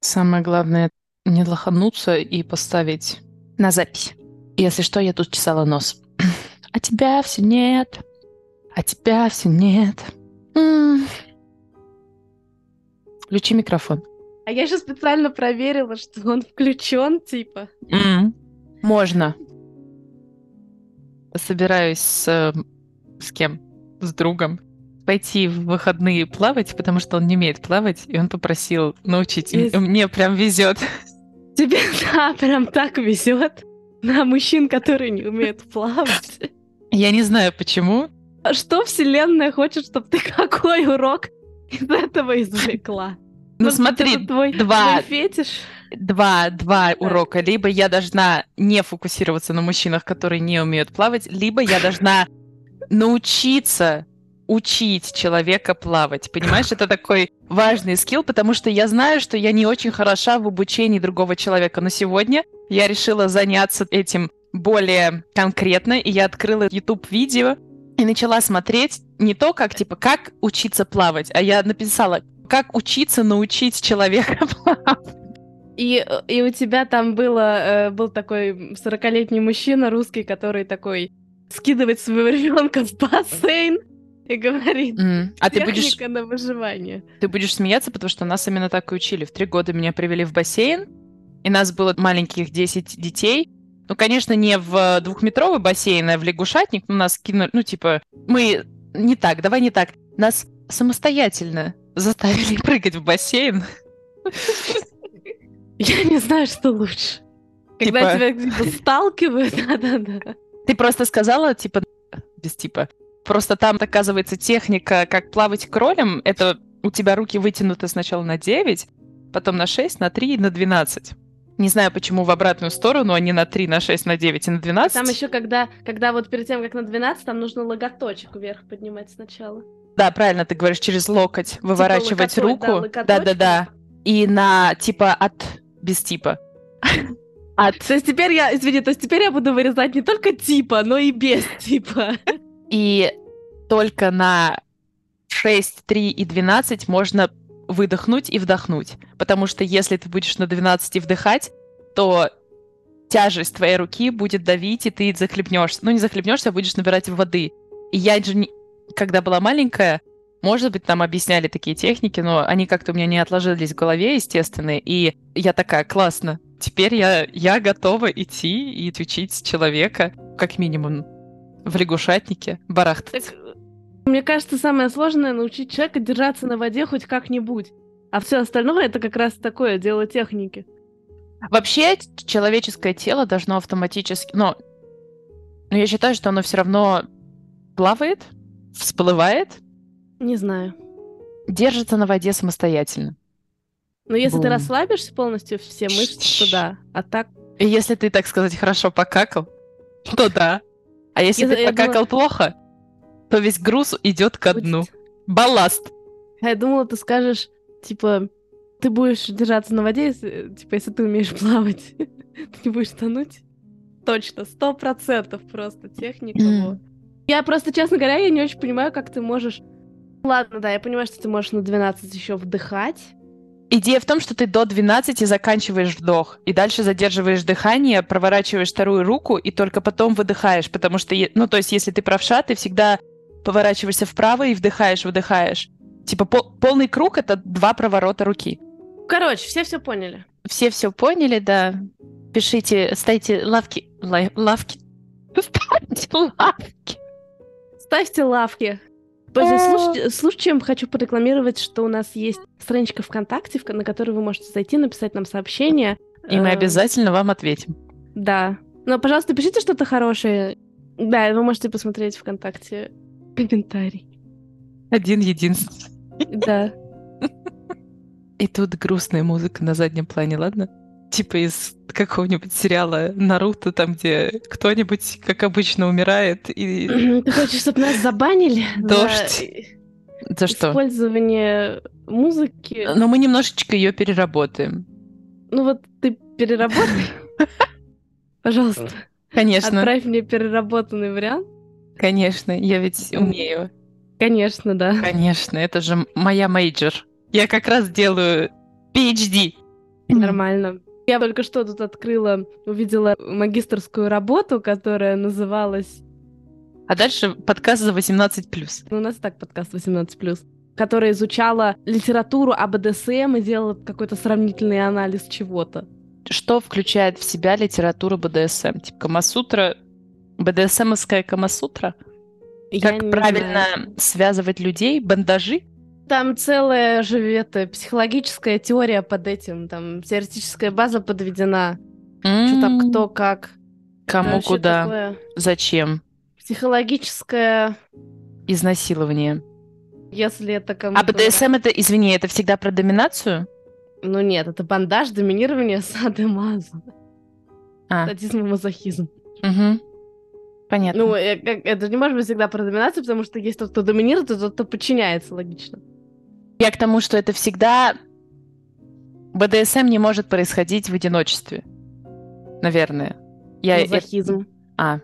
Самое главное — не лохануться и поставить на запись. Если что, я тут чесала нос. А тебя все нет. А тебя все нет. М. Включи микрофон. А я же специально проверила, что он включен, типа. Можно. Собираюсь с, э, с кем? С другом пойти в выходные плавать, потому что он не умеет плавать, и он попросил научить. И Из- Мне прям везет. Тебе, да, прям так везет. На мужчин, которые не умеют плавать. Я не знаю почему. Ну, А что вселенная хочет, чтобы ты какой урок из этого извлекла? Ну Может, смотри, это твой, два, твой фетиш? два, два урока. Либо я должна не фокусироваться на мужчинах, которые не умеют плавать, либо я должна научиться учить человека плавать. Понимаешь, это такой важный скилл, потому что я знаю, что я не очень хороша в обучении другого человека, но сегодня я решила заняться этим более конкретно, и я открыла YouTube-видео и начала смотреть не то, как, типа, как учиться плавать, а я написала, как учиться научить человека плавать. И, и у тебя там было, э, был такой 40-летний мужчина русский, который такой скидывает своего ребенка в бассейн и говорит, М, А ты будешь, техника на выживание. ты будешь смеяться, потому что нас именно так и учили. В три года меня привели в бассейн, и нас было маленьких 10 детей. Ну, конечно, не в э, двухметровый бассейн, а в лягушатник. Ну, нас кинули, ну, типа, мы не так, давай не так. Нас самостоятельно заставили прыгать в бассейн. Я не знаю, что лучше. Когда тебя типа, сталкивают, да-да-да. Ты просто сказала, типа, без типа. Просто там, оказывается, техника, как плавать кролем, это у тебя руки вытянуты сначала на 9, потом на 6, на 3 и на 12. Не знаю, почему в обратную сторону, а не на 3, на 6, на 9 и на 12. Там еще, когда, когда вот перед тем, как на 12, там нужно логоточек вверх поднимать сначала. Типа Да, правильно ты говоришь, через локоть выворачивать локоточек, руку. локоточек. Да-да-да. И на, типа, от, без типа. От А, То есть теперь я, извини, то есть теперь я буду вырезать не только типа, но и без типа. И только на 6, 3 и 12 можно выдохнуть и вдохнуть. Потому что если ты будешь на 12 вдыхать, то тяжесть твоей руки будет давить, и ты захлебнешься. Ну, не захлебнешься, а будешь набирать воды. И я же, не- когда была маленькая, может быть, нам объясняли такие техники, но они как-то у меня не отложились в голове, естественно. И я такая, классно, теперь я, я готова идти и учить человека, как минимум, в лягушатнике барахтаться. Так, э, Мне кажется, самое сложное научить человека держаться на воде хоть как-нибудь. А все остальное это как раз такое дело техники. Вообще, ч- человеческое тело должно автоматически... Но, но я считаю, что оно все равно плавает, всплывает, Не знаю. держится на воде самостоятельно. Но если ты Бум. расслабишь полностью все мышцы, то да. А так, И если ты, так сказать, хорошо покакал, то да. А если Я- ты я покакал плохо, то весь груз идет ко будет- дну. Балласт. А я думала, ты скажешь, типа, ты будешь держаться на воде, если, типа, если ты умеешь плавать, ты не будешь тонуть. Точно, сто процентов просто техника. Мгм. вот. Я просто, честно говоря, я не очень понимаю, как ты можешь... Ладно, да, я понимаю, что ты можешь на 12 еще вдыхать. Идея в том, что ты до 12 заканчиваешь вдох, и дальше задерживаешь дыхание, проворачиваешь вторую руку, и только потом выдыхаешь, потому что, е- ну, то есть, если ты правша, ты всегда поворачиваешься вправо и вдыхаешь, выдыхаешь. Типа пол- полный круг — это два проворота руки. Короче, все все поняли. Все все поняли, да. Пишите, ставьте лавки... лай- лавки? Ставьте лавки! Ставьте лавки. Боже, Э. слушайте- случаем хочу порекламировать, что у нас есть страничка ВКонтакте, в ко- на которую вы можете зайти, написать нам сообщение. И мы Э, обязательно вам ответим. Да. Но, пожалуйста, пишите что-то хорошее. Да, и вы можете посмотреть ВКонтакте комментарий. Один единственный. Да. И тут грустная музыка на заднем плане, ладно? Типа из какого-нибудь сериала Наруто, там, где кто-нибудь, как обычно, умирает. И Ты хочешь, чтобы нас забанили? за Дождь. и- за что? Использование музыки. Но мы немножечко ее переработаем. Ну вот ты переработай. Пожалуйста, Конечно, отправь мне переработанный вариант. конечно, я ведь Мгм. умею. Конечно, да. Конечно, это же моя мейджор. Я как раз делаю PhD. Нормально. Я только что тут открыла, увидела магистрскую работу, которая называлась... А дальше подкаст за 18+. Ну, у нас и так подкаст 18+. Которая изучала литературу об БДСМ и делала какой-то сравнительный анализ чего-то. Что включает в себя литература БДСМ? Типа Камасутра, БДСМовская Камасутра? Я Как не правильно знаю. связывать людей? Бандажи? Там целая же это, психологическая теория под этим, там теоретическая база подведена. Что там М, кто как. Кому Вообще куда? такое Зачем? Психологическое, Изнасилование. если это кому А БДСМ это, извини, это всегда про доминацию? Ну нет, это бандаж, доминирование, садомаза. А, Садизм и мазохизм. мгм. Понятно. Ну, э, как- это не может быть всегда про доминацию, потому что есть тот, кто доминирует, и тот, кто подчиняется, логично. Я к тому, что это всегда... БДСМ не может происходить в одиночестве. Наверное. Я... Ну, я- Мазохизм. А.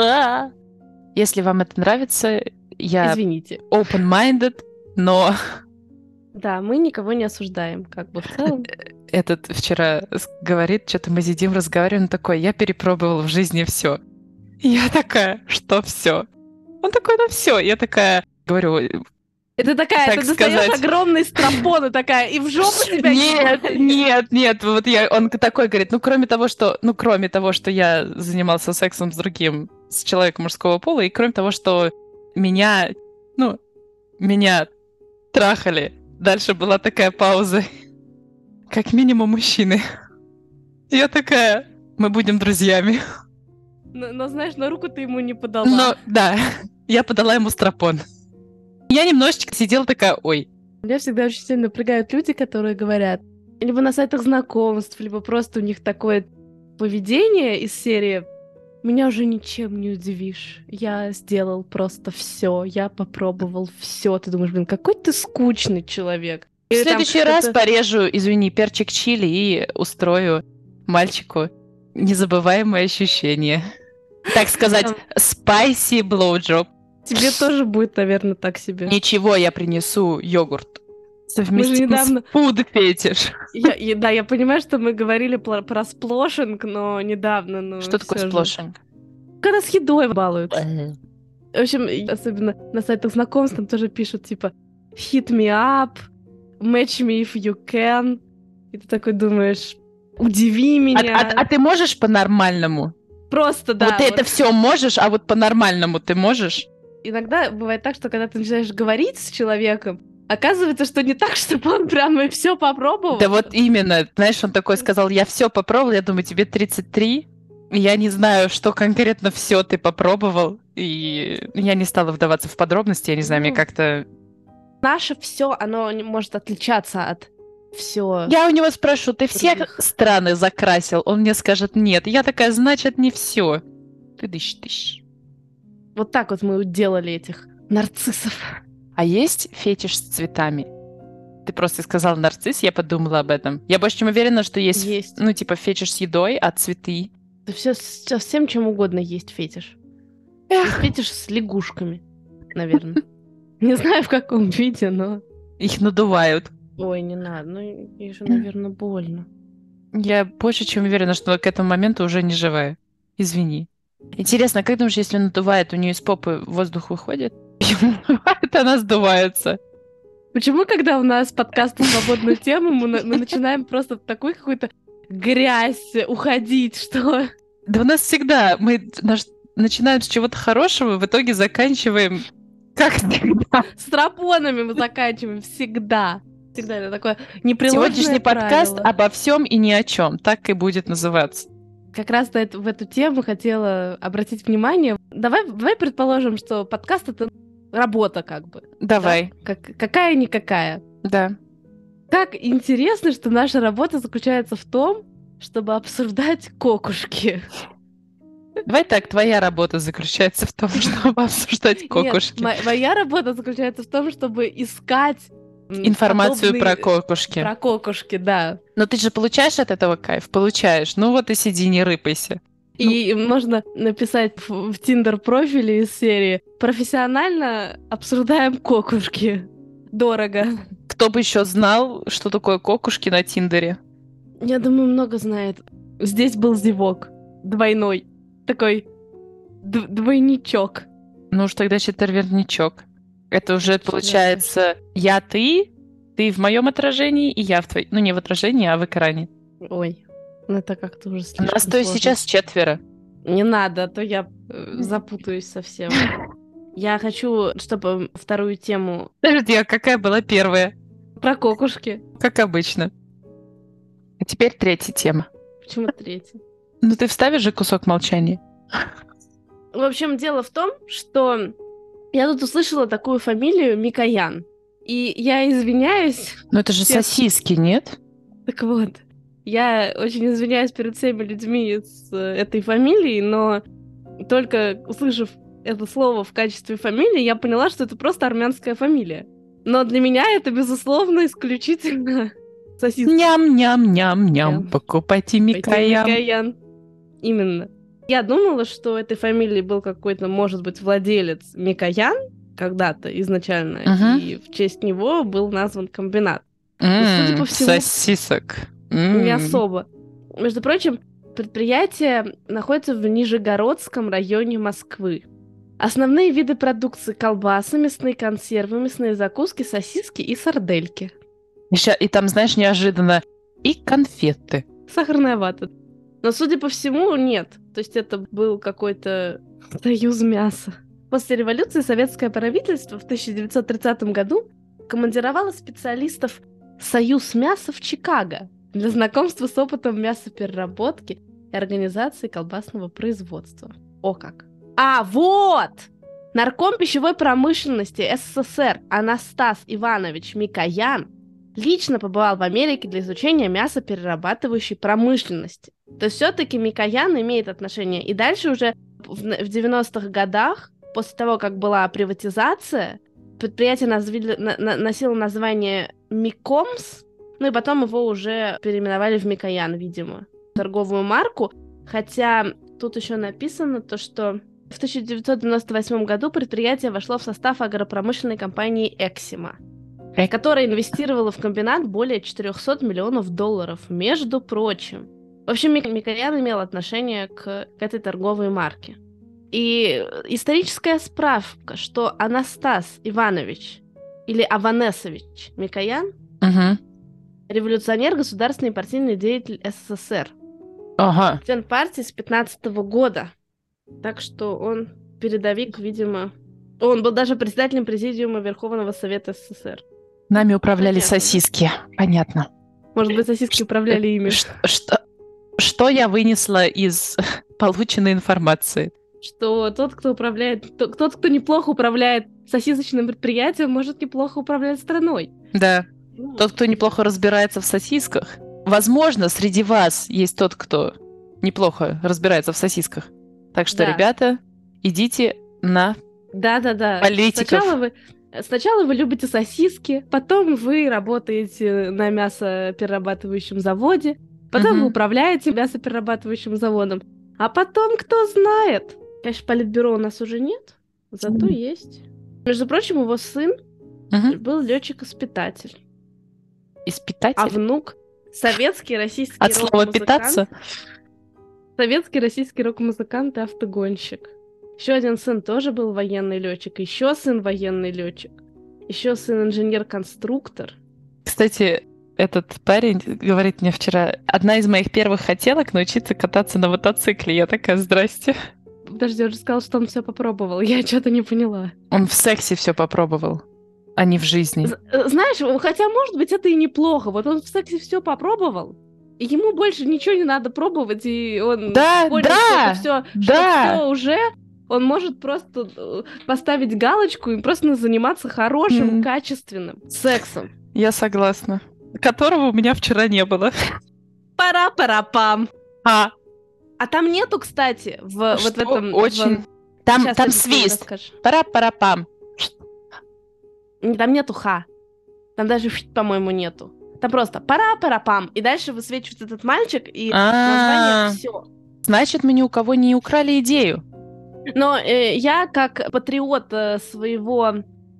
А. Если вам это нравится, я Извините. open-minded, но Да, мы никого не осуждаем, как бы в целом. этот вчера с- говорит, что-то мы сидим, разговариваем, он такой, я перепробовал в жизни все. Я такая, что все? Он такой, ну все. Я такая, говорю, Это такая, Так ты достаешь сказать. огромный стропон и такая, и в жопу тебя Нет, кидает. нет, нет, вот я, он такой говорит, ну кроме того, что, ну кроме того, что я занимался сексом с другим, с человеком мужского пола, и кроме того, что меня, ну, меня трахали. Дальше была такая пауза. Как минимум мужчины. Я такая, мы будем друзьями. Но, но, знаешь, на руку ты ему не подала. Но, да, я подала ему стропон. Я немножечко сидела такая, ой, Меня всегда очень сильно напрягают люди, которые говорят либо на сайтах знакомств, либо просто у них такое поведение из серии «Меня уже ничем не удивишь. Я сделал просто все, я попробовал все». Ты думаешь, блин, какой ты скучный человек. В Или там следующий раз это- порежу, извини, перчик чили и устрою мальчику незабываемые ощущения. Так сказать, Там- spicy blowjob. Тебе тоже будет, наверное, так себе. Ничего, я принесу йогурт. Совместим недавно- с food фетиш. Я- и- да, я понимаю, что мы говорили пла- про сплошинг, но недавно. но Что такое всё же. сплошинг? Когда с едой балуют. В общем, и особенно на сайтах знакомств там тоже пишут, типа, hit me up, match me if you can. И ты такой думаешь, удиви А, меня. а- а ты можешь по-нормальному? Просто, да. вот ты это вот. все можешь, а вот по-нормальному ты можешь? Иногда бывает так, что когда ты начинаешь говорить с человеком, оказывается, что не так, чтобы он прямо все попробовал. Да вот именно, знаешь, он такой сказал, я все попробовал, я думаю, тебе 33, я не знаю, что конкретно все ты попробовал, и я не стала вдаваться в подробности, я не знаю, мне Ну. как-то... Наше все, оно не может отличаться от все. Я у него спрошу, ты все Других. страны закрасил? Он мне скажет, нет. Я такая, значит, не все. Ты дыщ, дыщ. Вот так вот мы уделали этих нарциссов. А есть фетиш с цветами? Ты просто сказал нарцисс, я подумала об этом. Я больше чем уверена, что есть, Есть. ну, типа, фетиш с едой, а цветы... Да все совсем чем угодно есть фетиш. Есть фетиш с лягушками, наверное. Не знаю, в каком виде, но... Их надувают. Ой, не надо. Ну, ей же, наверное, больно. Я больше чем уверена, что к этому моменту уже не живая. Извини. Интересно, как думаешь, если он надувает, у нее из попы воздух выходит? Ему надувает, она сдувается. Почему, когда у нас подкаст на свободную тему, мы, на- мы начинаем просто в такую какую-то грязь уходить, что... Да у нас всегда мы наш- начинаем с чего-то хорошего, в итоге заканчиваем как всегда. С тропонами мы заканчиваем всегда. Всегда это такое непреложное Сегодняшний подкаст правило. обо всем и ни о чем. Так и будет называться. как раз на эту- в эту тему хотела обратить внимание. Давай, давай предположим, что подкаст это работа как бы. Давай. Как, какая-никакая. Да. Как интересно, что наша работа заключается в том, чтобы обсуждать кокушки. Давай так, твоя работа заключается в том, чтобы обсуждать Нет, кокушки. мо- моя работа заключается в том, чтобы искать м, Информацию подобные- про кокушки. Про кокушки, да. Но ты же получаешь от этого кайф? Получаешь. Ну вот и сиди, не рыпайся. И можно написать в Тиндер профиле из серии «Профессионально обсуждаем кокушки. Дорого». Кто бы еще знал, что такое кокушки на Тиндере? Я думаю, много знает. Здесь был зевок. Двойной. Такой д- двойничок. Ну уж тогда четверничок. Это уже получается я ты, ты в моем отражении, и я в твоем. Ну, не в отражении, а в экране. Ой, ну это как-то уже слишком Нас то есть сложно. сейчас четверо. Не надо, а то я э, запутаюсь совсем. Я хочу, чтобы вторую тему Подожди, а какая была первая? про кокушки. Как обычно. А теперь третья тема. Почему третья? Ну ты вставишь же кусок молчания. В общем, дело в том, что я тут услышала такую фамилию Микоян. И я извиняюсь. Ну это же Всех. сосиски, нет? Так вот, я очень извиняюсь перед всеми людьми с э, этой фамилией, но только услышав это слово в качестве фамилии, я поняла, что это просто армянская фамилия. Но для меня это, безусловно, исключительно сосиска. Ням-ням-ням-ням, Ням. покупайте Пойти Микаям. Микоян. Именно. Я думала, что этой фамилии был какой-то, может быть, владелец Микоян когда-то изначально, Мгм. и в честь него был назван комбинат. М, Ну, судя по всему, Сосисок. М. Не особо. Между прочим, предприятие находится в Нижегородском районе Москвы. Основные виды продукции – колбасы, мясные консервы, мясные закуски, сосиски и сардельки. Ещё- И там, знаешь, неожиданно и конфеты. Сахарная вата. Но, судя по всему, нет. То есть это был какой-то союз мяса. После революции советское правительство в 1930 году командировало специалистов «Союз мяса» в Чикаго для знакомства с опытом мясопереработки и организации колбасного производства. О как! А, вот! Нарком пищевой промышленности СССР Анастас Иванович Микоян лично побывал в Америке для изучения мясоперерабатывающей промышленности. То есть все-таки Микоян имеет отношение. И дальше уже в н- в 90-х годах, после того, как была приватизация, предприятие назвили- на- на- носило название Микомс, ну и потом его уже переименовали в Микоян, видимо, торговую марку. Хотя тут еще написано то, что в 1998 году предприятие вошло в состав агропромышленной компании «Эксима» которая инвестировала в комбинат более 400 миллионов долларов, между прочим. В общем, Мик- Микоян имел отношение к, к этой торговой марке. И э, историческая справка, что Анастас Иванович или Аванесович Микоян Мгм. революционер, государственный и партийный деятель СССР, Ага. член партии с 15 года. Так что он передовик, видимо. Он был даже председателем Президиума Верховного Совета СССР. Нами управляли Понятно. сосиски. Понятно. Может быть, сосиски управляли ими. Ш- Что, что я вынесла из полученной информации? что тот, кто управляет, то- тот, кто неплохо управляет сосисочным предприятием, может неплохо управлять страной. Да. Тот, кто неплохо разбирается в сосисках. Возможно, среди вас есть тот, кто неплохо разбирается в сосисках. Так что, Да. ребята, идите на... Да, да, да. Политиков. Сначала вы, сначала вы любите сосиски, потом вы работаете на мясоперерабатывающем заводе, потом Мгм. вы управляете мясоперерабатывающим заводом, а потом кто знает. Конечно, политбюро у нас уже нет, зато Мгм. есть. Между прочим, его сын Мгм. был летчик-испытатель, а Испытатель? внук советский российский От слова рок-музыкант. питаться? Советский российский рок-музыкант и автогонщик. Еще один сын тоже был военный летчик, еще сын военный летчик, еще сын инженер-конструктор. Кстати, этот парень говорит мне вчера, одна из моих первых хотелок научиться кататься на мотоцикле. Я такая, здрасте. Подожди, он же сказал, что он все попробовал. Я что-то не поняла. Он в сексе все попробовал, а не в жизни. З- э, Знаешь, э, хотя, может быть, это и неплохо. Вот он в сексе все попробовал, и ему больше ничего не надо пробовать, и он Да, понял, да, что все, да. уже он может просто э, поставить галочку и просто заниматься хорошим, Мгм. качественным сексом. Я согласна. Которого у меня вчера не было. Пара-пара-пам. А, А там нету, кстати, в, вот в Ну что этом... очень... в- Там, Щас там Надя тебе свист. расскажет. Пара-пара-пам. Не, Там нету ха. Там даже, «ф», по-моему, нету. Там просто пара-пара-пам. И дальше высвечивается этот мальчик, и А, название все. Значит, мы ни у кого не украли идею. Но э, я, как патриот э, своего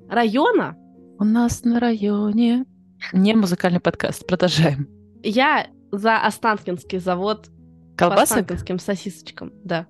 района, У нас на районе... Не музыкальный подкаст. Продолжаем. я за Останкинский завод по Колбасы? останкинским сосисочкам, да.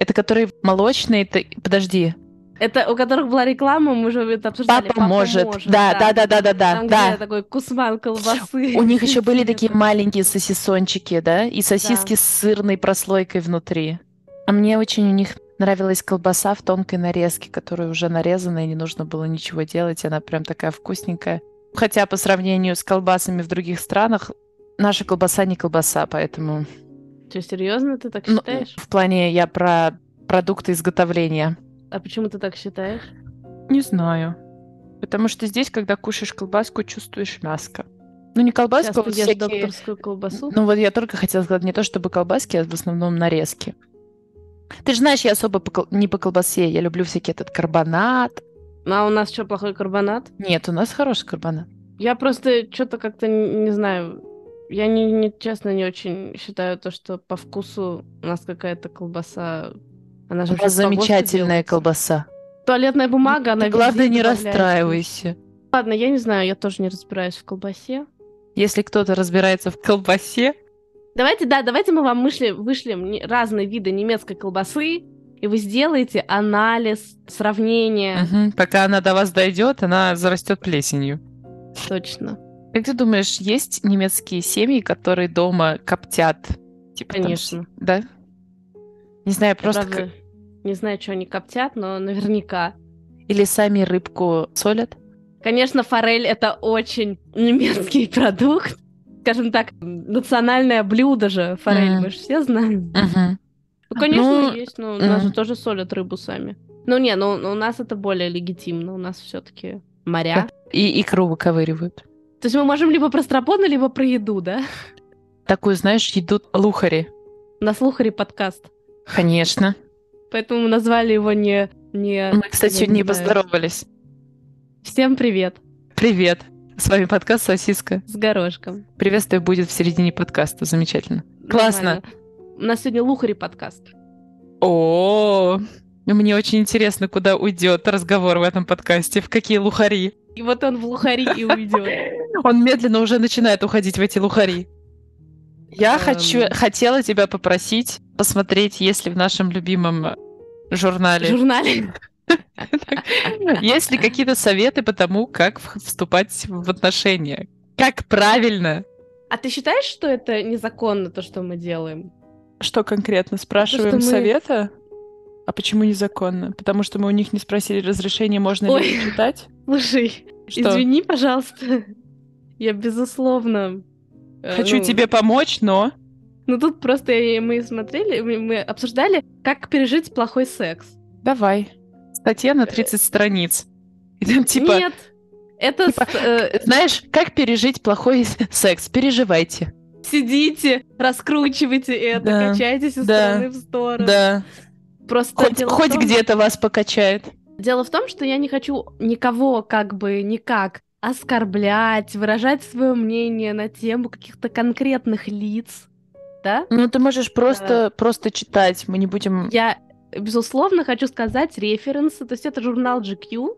Это которые молочные. ты- Подожди. Это у которых была реклама, мы уже это обсуждали. Папа, может. Да, да, да, да, да, да. Там, где да. такой кусман колбасы. У них еще были Сидит. такие маленькие сосисончики, да, и сосиски Да. с сырной прослойкой внутри. А мне очень у них нравилась колбаса в тонкой нарезке, которая уже нарезана, и не нужно было ничего делать, и она прям такая вкусненькая. Хотя по сравнению с колбасами в других странах, наша колбаса не колбаса, поэтому... Чё, серьезно, ты так Ну, считаешь? в плане я про продукты изготовления. А почему ты так считаешь? Не знаю. Потому что здесь, когда кушаешь колбаску, чувствуешь мяско. Ну, не Сейчас колбаску, а ты вот ешь всякие- докторскую колбасу? Ну вот я только хотела сказать, не то чтобы колбаски, а в основном нарезки. Ты же знаешь, я особо по кол- не по колбасе, я люблю всякий этот карбонат. А у нас что, плохой карбонат? Нет, у нас хороший карбонат. Я просто что-то как-то н- не знаю. Я не, не- честно не очень считаю то, что по вкусу у нас какая-то колбаса. Она же У нас вообще с бабошки замечательная делается. колбаса. Туалетная бумага, она Ты, главное, везде не добавляется. расстраивайся. Ладно, я не знаю, я тоже не разбираюсь в колбасе. Если кто-то разбирается в колбасе, Давайте, да, давайте мы вам вышли, вышлем не- разные виды немецкой колбасы, и вы сделаете анализ, сравнение. мгм, пока она до вас дойдет, она зарастет плесенью. Точно. Как ты думаешь, есть немецкие семьи, которые дома коптят? Типа, там с- Конечно. да? Не знаю, просто... Правда, как- не знаю, что они коптят, но наверняка. Или сами рыбку солят? Конечно, форель это очень немецкий продукт. Скажем так, национальное блюдо же форель, Мгм. мы же все знаем. Мгм. Ну, конечно, Ну, есть, но у нас же мгм. тоже солят рыбу сами. Ну, не, ну у нас это более легитимно, у нас все-таки моря. И икру выковыривают. То есть мы можем либо про страпоны, либо про еду, да? Такую, знаешь, едут лухари. На слухаре подкаст. Конечно. Поэтому мы назвали его не... не Мы, кстати, я сегодня не знаю. поздоровались. Всем привет Привет. С вами подкаст «Сосиска». с горошком. Приветствие будет в середине подкаста. Замечательно. Классно. Нормально. У нас сегодня лухари подкаст. о Мне очень интересно, куда уйдет разговор в этом подкасте, в какие лухари. И вот он в лухари и уйдет. Он медленно уже начинает уходить в эти лухари. Я Эм. хочу, хотела тебя попросить посмотреть, есть ли в нашем любимом В журнале журнале. Есть ли какие-то советы по тому, как в- вступать в отношения? Как правильно? А ты считаешь, что это незаконно, то, что мы делаем? Что конкретно? Спрашиваем мы- совета? А почему незаконно? Потому что мы у них не спросили разрешения, можно Ой. ли это читать? Слушай, Что? извини, пожалуйста. Я, безусловно... э, Хочу ну, тебе помочь, но... Ну, тут просто я- мы смотрели, мы- мы обсуждали, как пережить плохой секс. Давай. Статья на 30 страниц. И там типа, Нет, это... Типа, с- э, знаешь, как пережить плохой секс? Переживайте. сидите, раскручивайте это, Да, качайтесь из да, стороны в сторону. Да. Просто Хоть, дело, хоть в том, где-то вас покачает. дело в том, что я не хочу никого как бы никак оскорблять, выражать свое мнение на тему каких-то конкретных лиц, да? Ну, ты можешь просто, просто читать. Мы не будем... Я, безусловно, хочу сказать референсы, то есть это журнал GQ,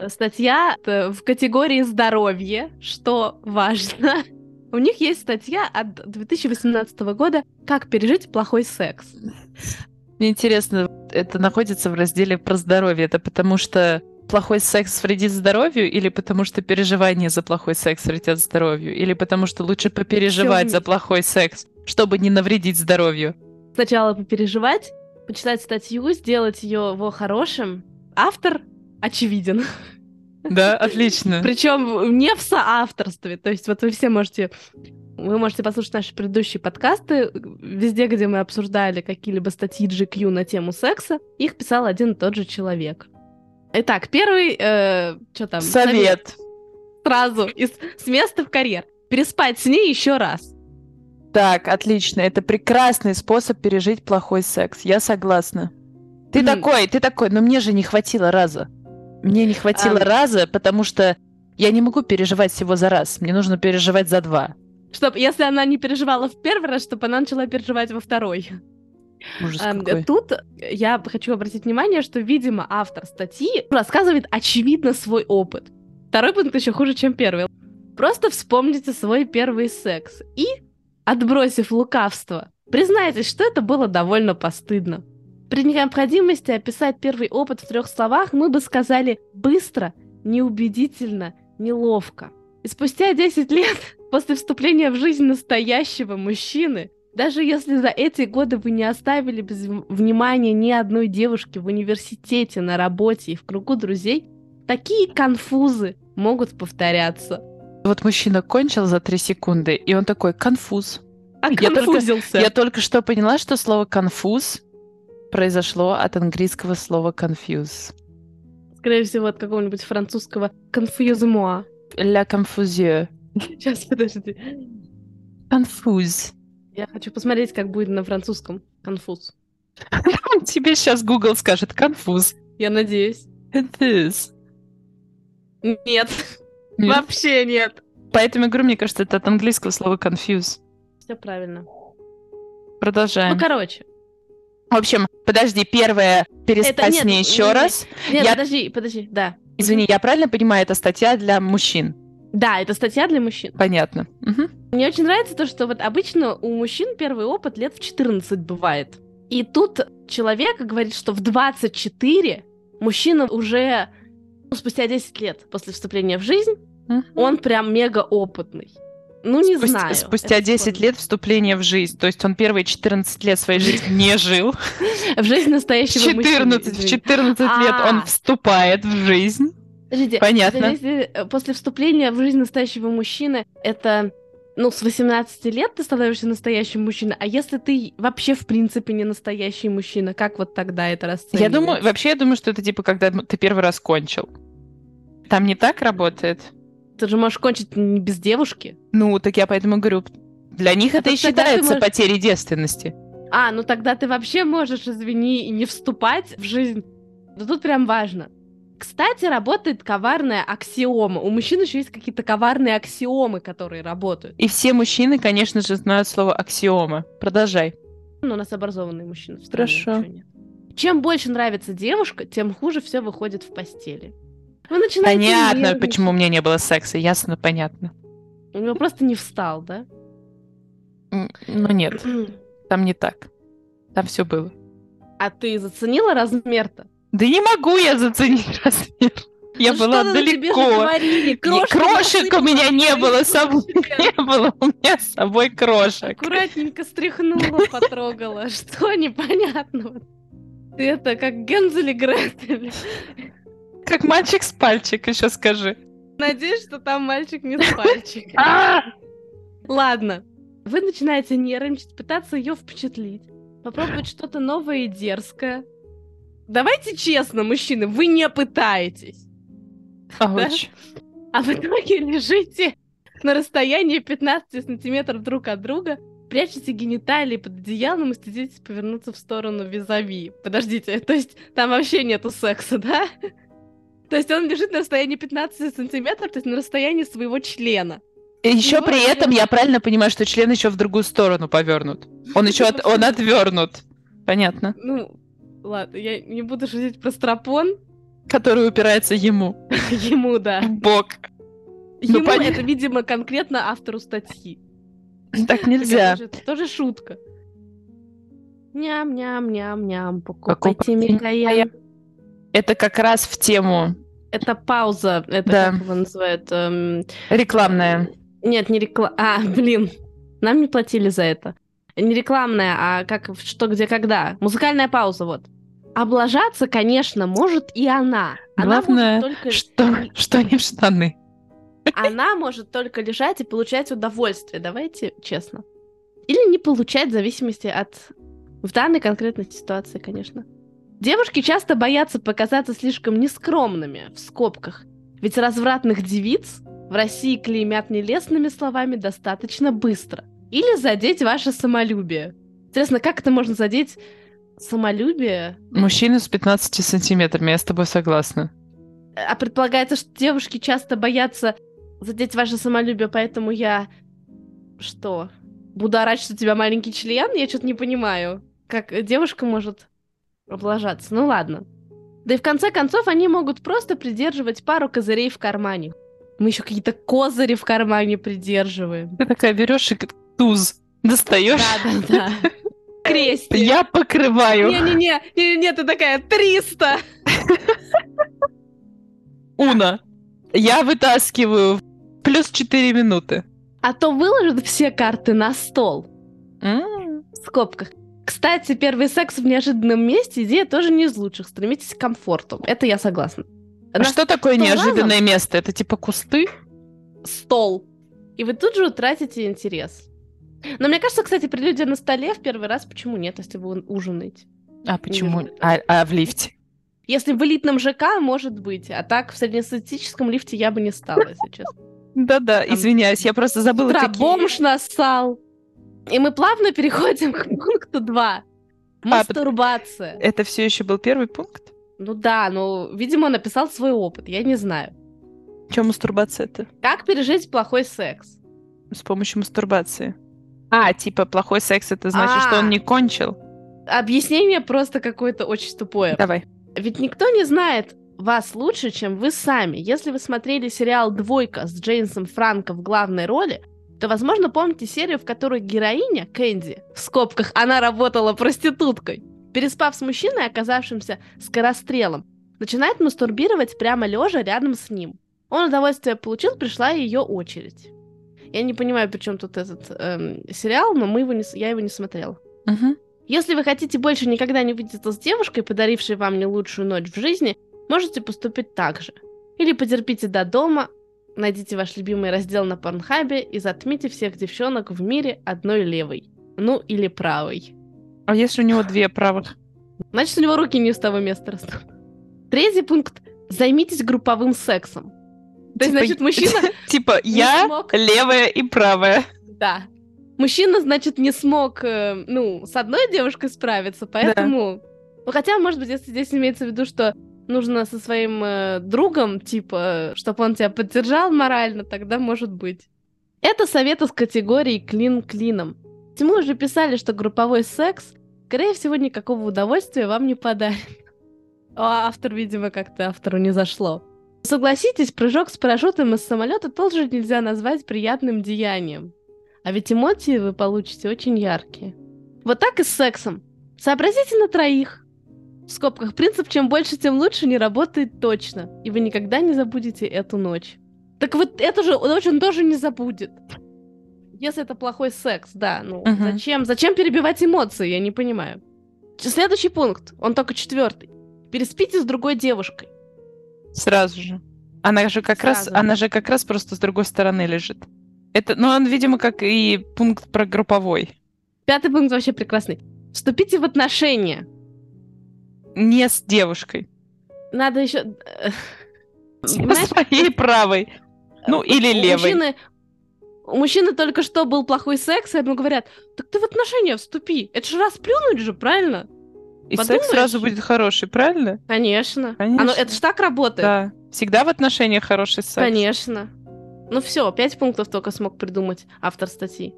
э, статья э, в категории здоровье, что важно. У них есть статья от 2018 года «Как пережить плохой секс». Мне интересно, это находится в разделе про здоровье. Это потому что плохой секс вредит здоровью, или потому что переживания за плохой секс вредят здоровью, или потому что лучше попереживать за вместе. плохой секс, чтобы не навредить здоровью. сначала попереживать, почитать статью, сделать ее его хорошим. Автор очевиден. Да, отлично. Причем не в соавторстве. То есть вот вы все можете... Вы можете послушать наши предыдущие подкасты. Везде, где мы обсуждали какие-либо статьи GQ на тему секса, их писал один и тот же человек. Итак, первый... э, что там? Совет. Сразу. из- с места в карьер. Переспать с ней еще раз. Так, отлично. Это прекрасный способ пережить плохой секс. Я согласна. Ты Мгм. такой, ты такой, но мне же не хватило раза. Мне не хватило Ам. раза, потому что я не могу переживать всего за раз. Мне нужно переживать за два. Чтоб, если она не переживала в первый раз, чтобы она начала переживать во второй. Ужас Эм, какой. Тут я б- хочу обратить внимание, что, видимо, автор статьи рассказывает очевидно свой опыт. Второй пункт еще хуже, чем первый. Просто вспомните свой первый секс и Отбросив лукавство, признайтесь, что это было довольно постыдно. При необходимости описать первый опыт в трех словах мы бы сказали быстро, неубедительно, неловко. И спустя 10 лет после вступления в жизнь настоящего мужчины, даже если за эти годы вы не оставили без в- внимания ни одной девушки в университете, на работе и в кругу друзей, такие конфузы могут повторяться. Вот мужчина кончил за три секунды, и он такой конфуз. А Я только- конфузился. Я только что поняла, что слово конфуз произошло от английского слова confuse. Скорее всего, от какого-нибудь французского конфьюзмуа. La confusion. Сейчас, подожди. Конфуз. Я хочу посмотреть, как будет на французском конфуз. Тебе сейчас Google скажет конфуз. Я надеюсь. Confuse. Нет, Нет. вообще нет. Поэтому я говорю, мне кажется, это от английского слова confuse. Все правильно. Продолжаем. Ну, короче. В общем, подожди, первое, переспать нет, ну, с ней еще нет, раз. Нет, Я- подожди, подожди, да. Извини, я правильно понимаю, это статья для мужчин? Да, это статья для мужчин. Понятно. Мгм. Мне очень нравится то, что вот обычно у мужчин первый опыт лет в 14 бывает. И тут человек говорит, что в 24 мужчина уже ну, спустя 10 лет после вступления в жизнь, Мгм. он прям мега опытный. Ну, не Спустя- знаю. Спустя это 10 сложно. лет вступление в жизнь. То есть он первые 14 лет своей жизни не жил. В жизнь В настоящего мужчины, 14, в извини. 14 лет он А. вступает в жизнь. Подождите, Понятно. подожди, э, после вступления в жизнь настоящего мужчины это ну, с 18 лет ты становишься настоящим мужчиной, а если ты вообще, в принципе, не настоящий мужчина, как вот тогда это Я расценивать? думаю, вообще я думаю, что это типа, когда ты первый раз кончил. Там не так работает? Ты же можешь кончить не без девушки. Ну, так я поэтому говорю, для них это Это и тогда ты считается можешь- потерей девственности. А, ну тогда ты вообще можешь, извини, и не вступать в жизнь. Да тут прям важно. Кстати, работает коварная аксиома. У мужчин еще есть какие-то коварные аксиомы, которые работают. И все мужчины, конечно же, знают слово аксиома. Продолжай. Ну, у нас образованные мужчины. В стране, Хорошо. ничего нет. Чем больше нравится девушка, тем хуже все выходит в постели. Вы начинаете Понятно, нервничать. почему у меня не было секса. Ясно, понятно. Ну, просто не встал, да? М, Ну нет, там не так. Там все было. А ты заценила размер-то? Да не могу я заценить размер. Я Ну, была что-то на тебе же далеко. говорили, Крошек, крошки крошек у насыпала, меня не твоих было с собой. крошек. Не было у меня с собой крошек. Аккуратненько стряхнула, потрогала. Что непонятного? Ты это как Гензель и Гретель. Как мальчик с пальчик, еще скажи. Надеюсь, что там мальчик не с пальчика. А! Ладно. Вы начинаете нервничать, пытаться ее впечатлить, попробовать что-то новое и дерзкое. Давайте честно, мужчины, вы не пытаетесь. Ауч. А в итоге лежите на расстоянии 15 сантиметров друг от друга, прячете гениталии под одеялом и стыдитесь повернуться в сторону визави. Подождите, то есть там вообще нету секса, да? То есть он лежит на расстоянии 15 сантиметров, то есть на расстоянии своего члена. Еще Ну, при вот этом я- я правильно понимаю, что член еще в другую сторону повернут. Он еще от- он отвернут. Понятно. Ну, ладно, я не буду шутить про стропон. Который упирается ему Ему, да. в бок. Ну, Ему понятно. это, видимо, конкретно автору статьи. Так Такая нельзя. тоже- Это тоже шутка. Ням-ням-ням-ням, Покупайте покупайте Микоян. Это как раз в тему Это пауза, это Да. как его называют? эм, рекламная. Нет, не реклама. А, блин, нам не платили за это. Не рекламная, а как, в- что, где, когда. Музыкальная пауза, вот. Облажаться, конечно, может и она. Она Главное, может только... Что, что не в штаны. Она может только лежать и получать удовольствие, давайте честно. Или не получать, в зависимости от... В данной конкретной ситуации, конечно. Девушки часто боятся показаться слишком нескромными, в скобках. Ведь развратных девиц в России клеймят нелестными словами достаточно быстро. Или задеть ваше самолюбие. Интересно, как это можно задеть самолюбие? Мужчина с 15 сантиметрами, я с тобой согласна. А предполагается, что девушки часто боятся задеть ваше самолюбие, поэтому я... Что? Буду орать, что у тебя маленький член? Я что-то не понимаю. Как э, девушка может облажаться? Ну ладно. Да и в конце концов они могут просто придерживать пару козырей в кармане. Мы еще какие-то козыри в кармане придерживаем. Ты такая берешь и как туз Достаешь? Да, да, да. Крестик. Я покрываю. Не-не-не, не-не, ты такая, 300! Уна. Я вытаскиваю плюс 4 минуты. А то выложат все карты на стол, М, в скобках. Кстати, первый секс в неожиданном месте идея тоже не из лучших. Стремитесь к комфорту. Это я согласна. А На что такое стол неожиданное место? Это типа кусты? стол. И вы тут же утратите интерес. Но мне кажется, кстати, прелюдия на столе в первый раз почему нет, если вы ужинаете. А почему? знаю. А, а в лифте? Если в элитном ЖК, может быть. А так в среднестатистическом лифте я бы не стала, если честно. Да-да, Там- извиняюсь, я просто забыла, Утра какие- бомж нассал. И мы плавно переходим к пункту 2. А, пот- Мастурбация. Это все еще был первый пункт? Ну да, ну, видимо, он описал свой опыт, я не знаю. Чем мастурбация это? Как пережить плохой секс? С помощью мастурбации. А, типа, плохой секс это значит, что он А. не кончил. Объяснение просто какое-то очень тупое. Давай. Ведь никто не знает вас лучше, чем вы сами. Если вы смотрели сериал «Двойка» с Джеймсом Франко в главной роли, то, возможно, помните серию, в которой героиня Кэнди, в скобках она работала проституткой, переспав с мужчиной, оказавшимся скорострелом, начинает мастурбировать прямо лежа рядом с ним. Он удовольствие получил, пришла ее очередь. Я не понимаю, при чем тут этот эм, сериал, но мы его не с- я его не смотрела. Мгм. Если вы хотите больше никогда не видеться с девушкой, подарившей вам не лучшую ночь в жизни, можете поступить так же. Или потерпите до дома, найдите ваш любимый раздел на Порнхабе и затмите всех девчонок в мире одной левой. Ну, или правой. А если у него две правых? Значит, у него руки не с того места растут. Третий пункт. Займитесь групповым сексом. То есть, Типа, значит, мужчина Типа, я смог. левая и правая. Да. Мужчина, значит, не смог, э, ну, с одной девушкой справиться, поэтому... Ну, хотя, может быть, если здесь имеется в виду, что нужно со своим э, другом, типа, чтобы он тебя поддержал морально, тогда может быть. Это советы с категории «клин клином». Ведь Мы уже писали, что групповой секс, скорее всего, никакого удовольствия вам не подарит. А автор, видимо, как-то автору не зашло. Согласитесь, прыжок с парашютом из самолета тоже нельзя назвать приятным деянием. А ведь эмоции вы получите очень яркие. Вот так и с сексом. Сообразите на троих. В скобках принцип «чем больше, тем лучше» не работает точно, и вы никогда не забудете эту ночь. Так вот эту же ночь он тоже не забудет. Если это плохой секс, да, ну Мгм. зачем, зачем перебивать эмоции, я не понимаю. Ч- Следующий пункт, он только четвертый. Переспите с другой девушкой. Сразу же. Она же как раз, Сразу. она же как раз просто с другой стороны лежит. Это, ну, он, видимо, как и пункт про групповой. Пятый пункт вообще прекрасный. Вступите в отношения. Не с девушкой. Надо э, еще... С своей правой. Ну, или левой. Мужчины... У мужчины только что был плохой секс, и ему говорят, так ты в отношения вступи. Это же расплюнуть же, правильно? И секс сразу подумаешь. будет хороший, правильно? Конечно. Конечно. Оно, это же так работает. Да. Всегда в отношениях хороший секс. Конечно. Ну все, пять пунктов только смог придумать автор статьи.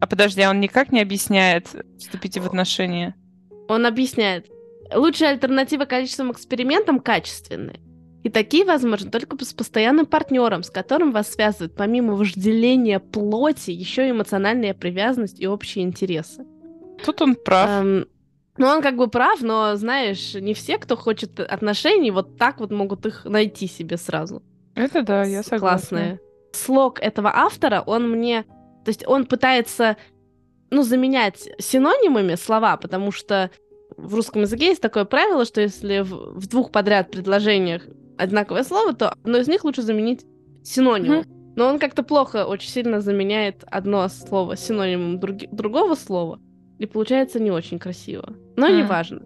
А подожди, а он никак не объясняет вступите в отношения? Он объясняет. Лучшая альтернатива количественным экспериментам качественные. И такие возможны только с постоянным партнером, с которым вас связывают помимо вожделения плоти, еще и эмоциональная привязанность и общие интересы. Тут он прав. Эм, ну, он как бы прав, но, знаешь, не все, кто хочет отношений, вот так вот могут их найти себе сразу. Это да, я С- согласна. Классные. Слог этого автора, он мне... То есть он пытается, ну, заменять синонимами слова, потому что в русском языке есть такое правило, что если в, в двух подряд предложениях одинаковое слово, то одно из них лучше заменить синонимом. Но он как-то плохо очень сильно заменяет одно слово синонимом други- другого слова. И получается не очень красиво. Но Мгм. неважно.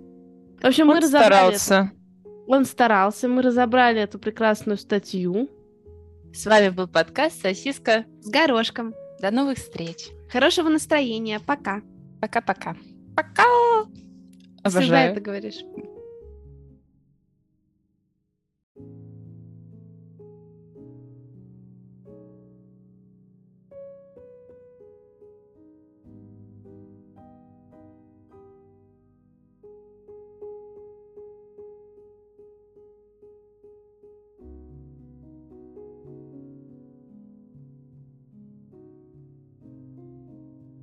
В общем, мы Он разобрали это. старался. Он старался, мы разобрали эту прекрасную статью. С вами был подкаст «Сосиска с горошком». До новых встреч. Хорошего настроения, пока. Пока-пока. Пока! Всегда Обожаю. это говоришь.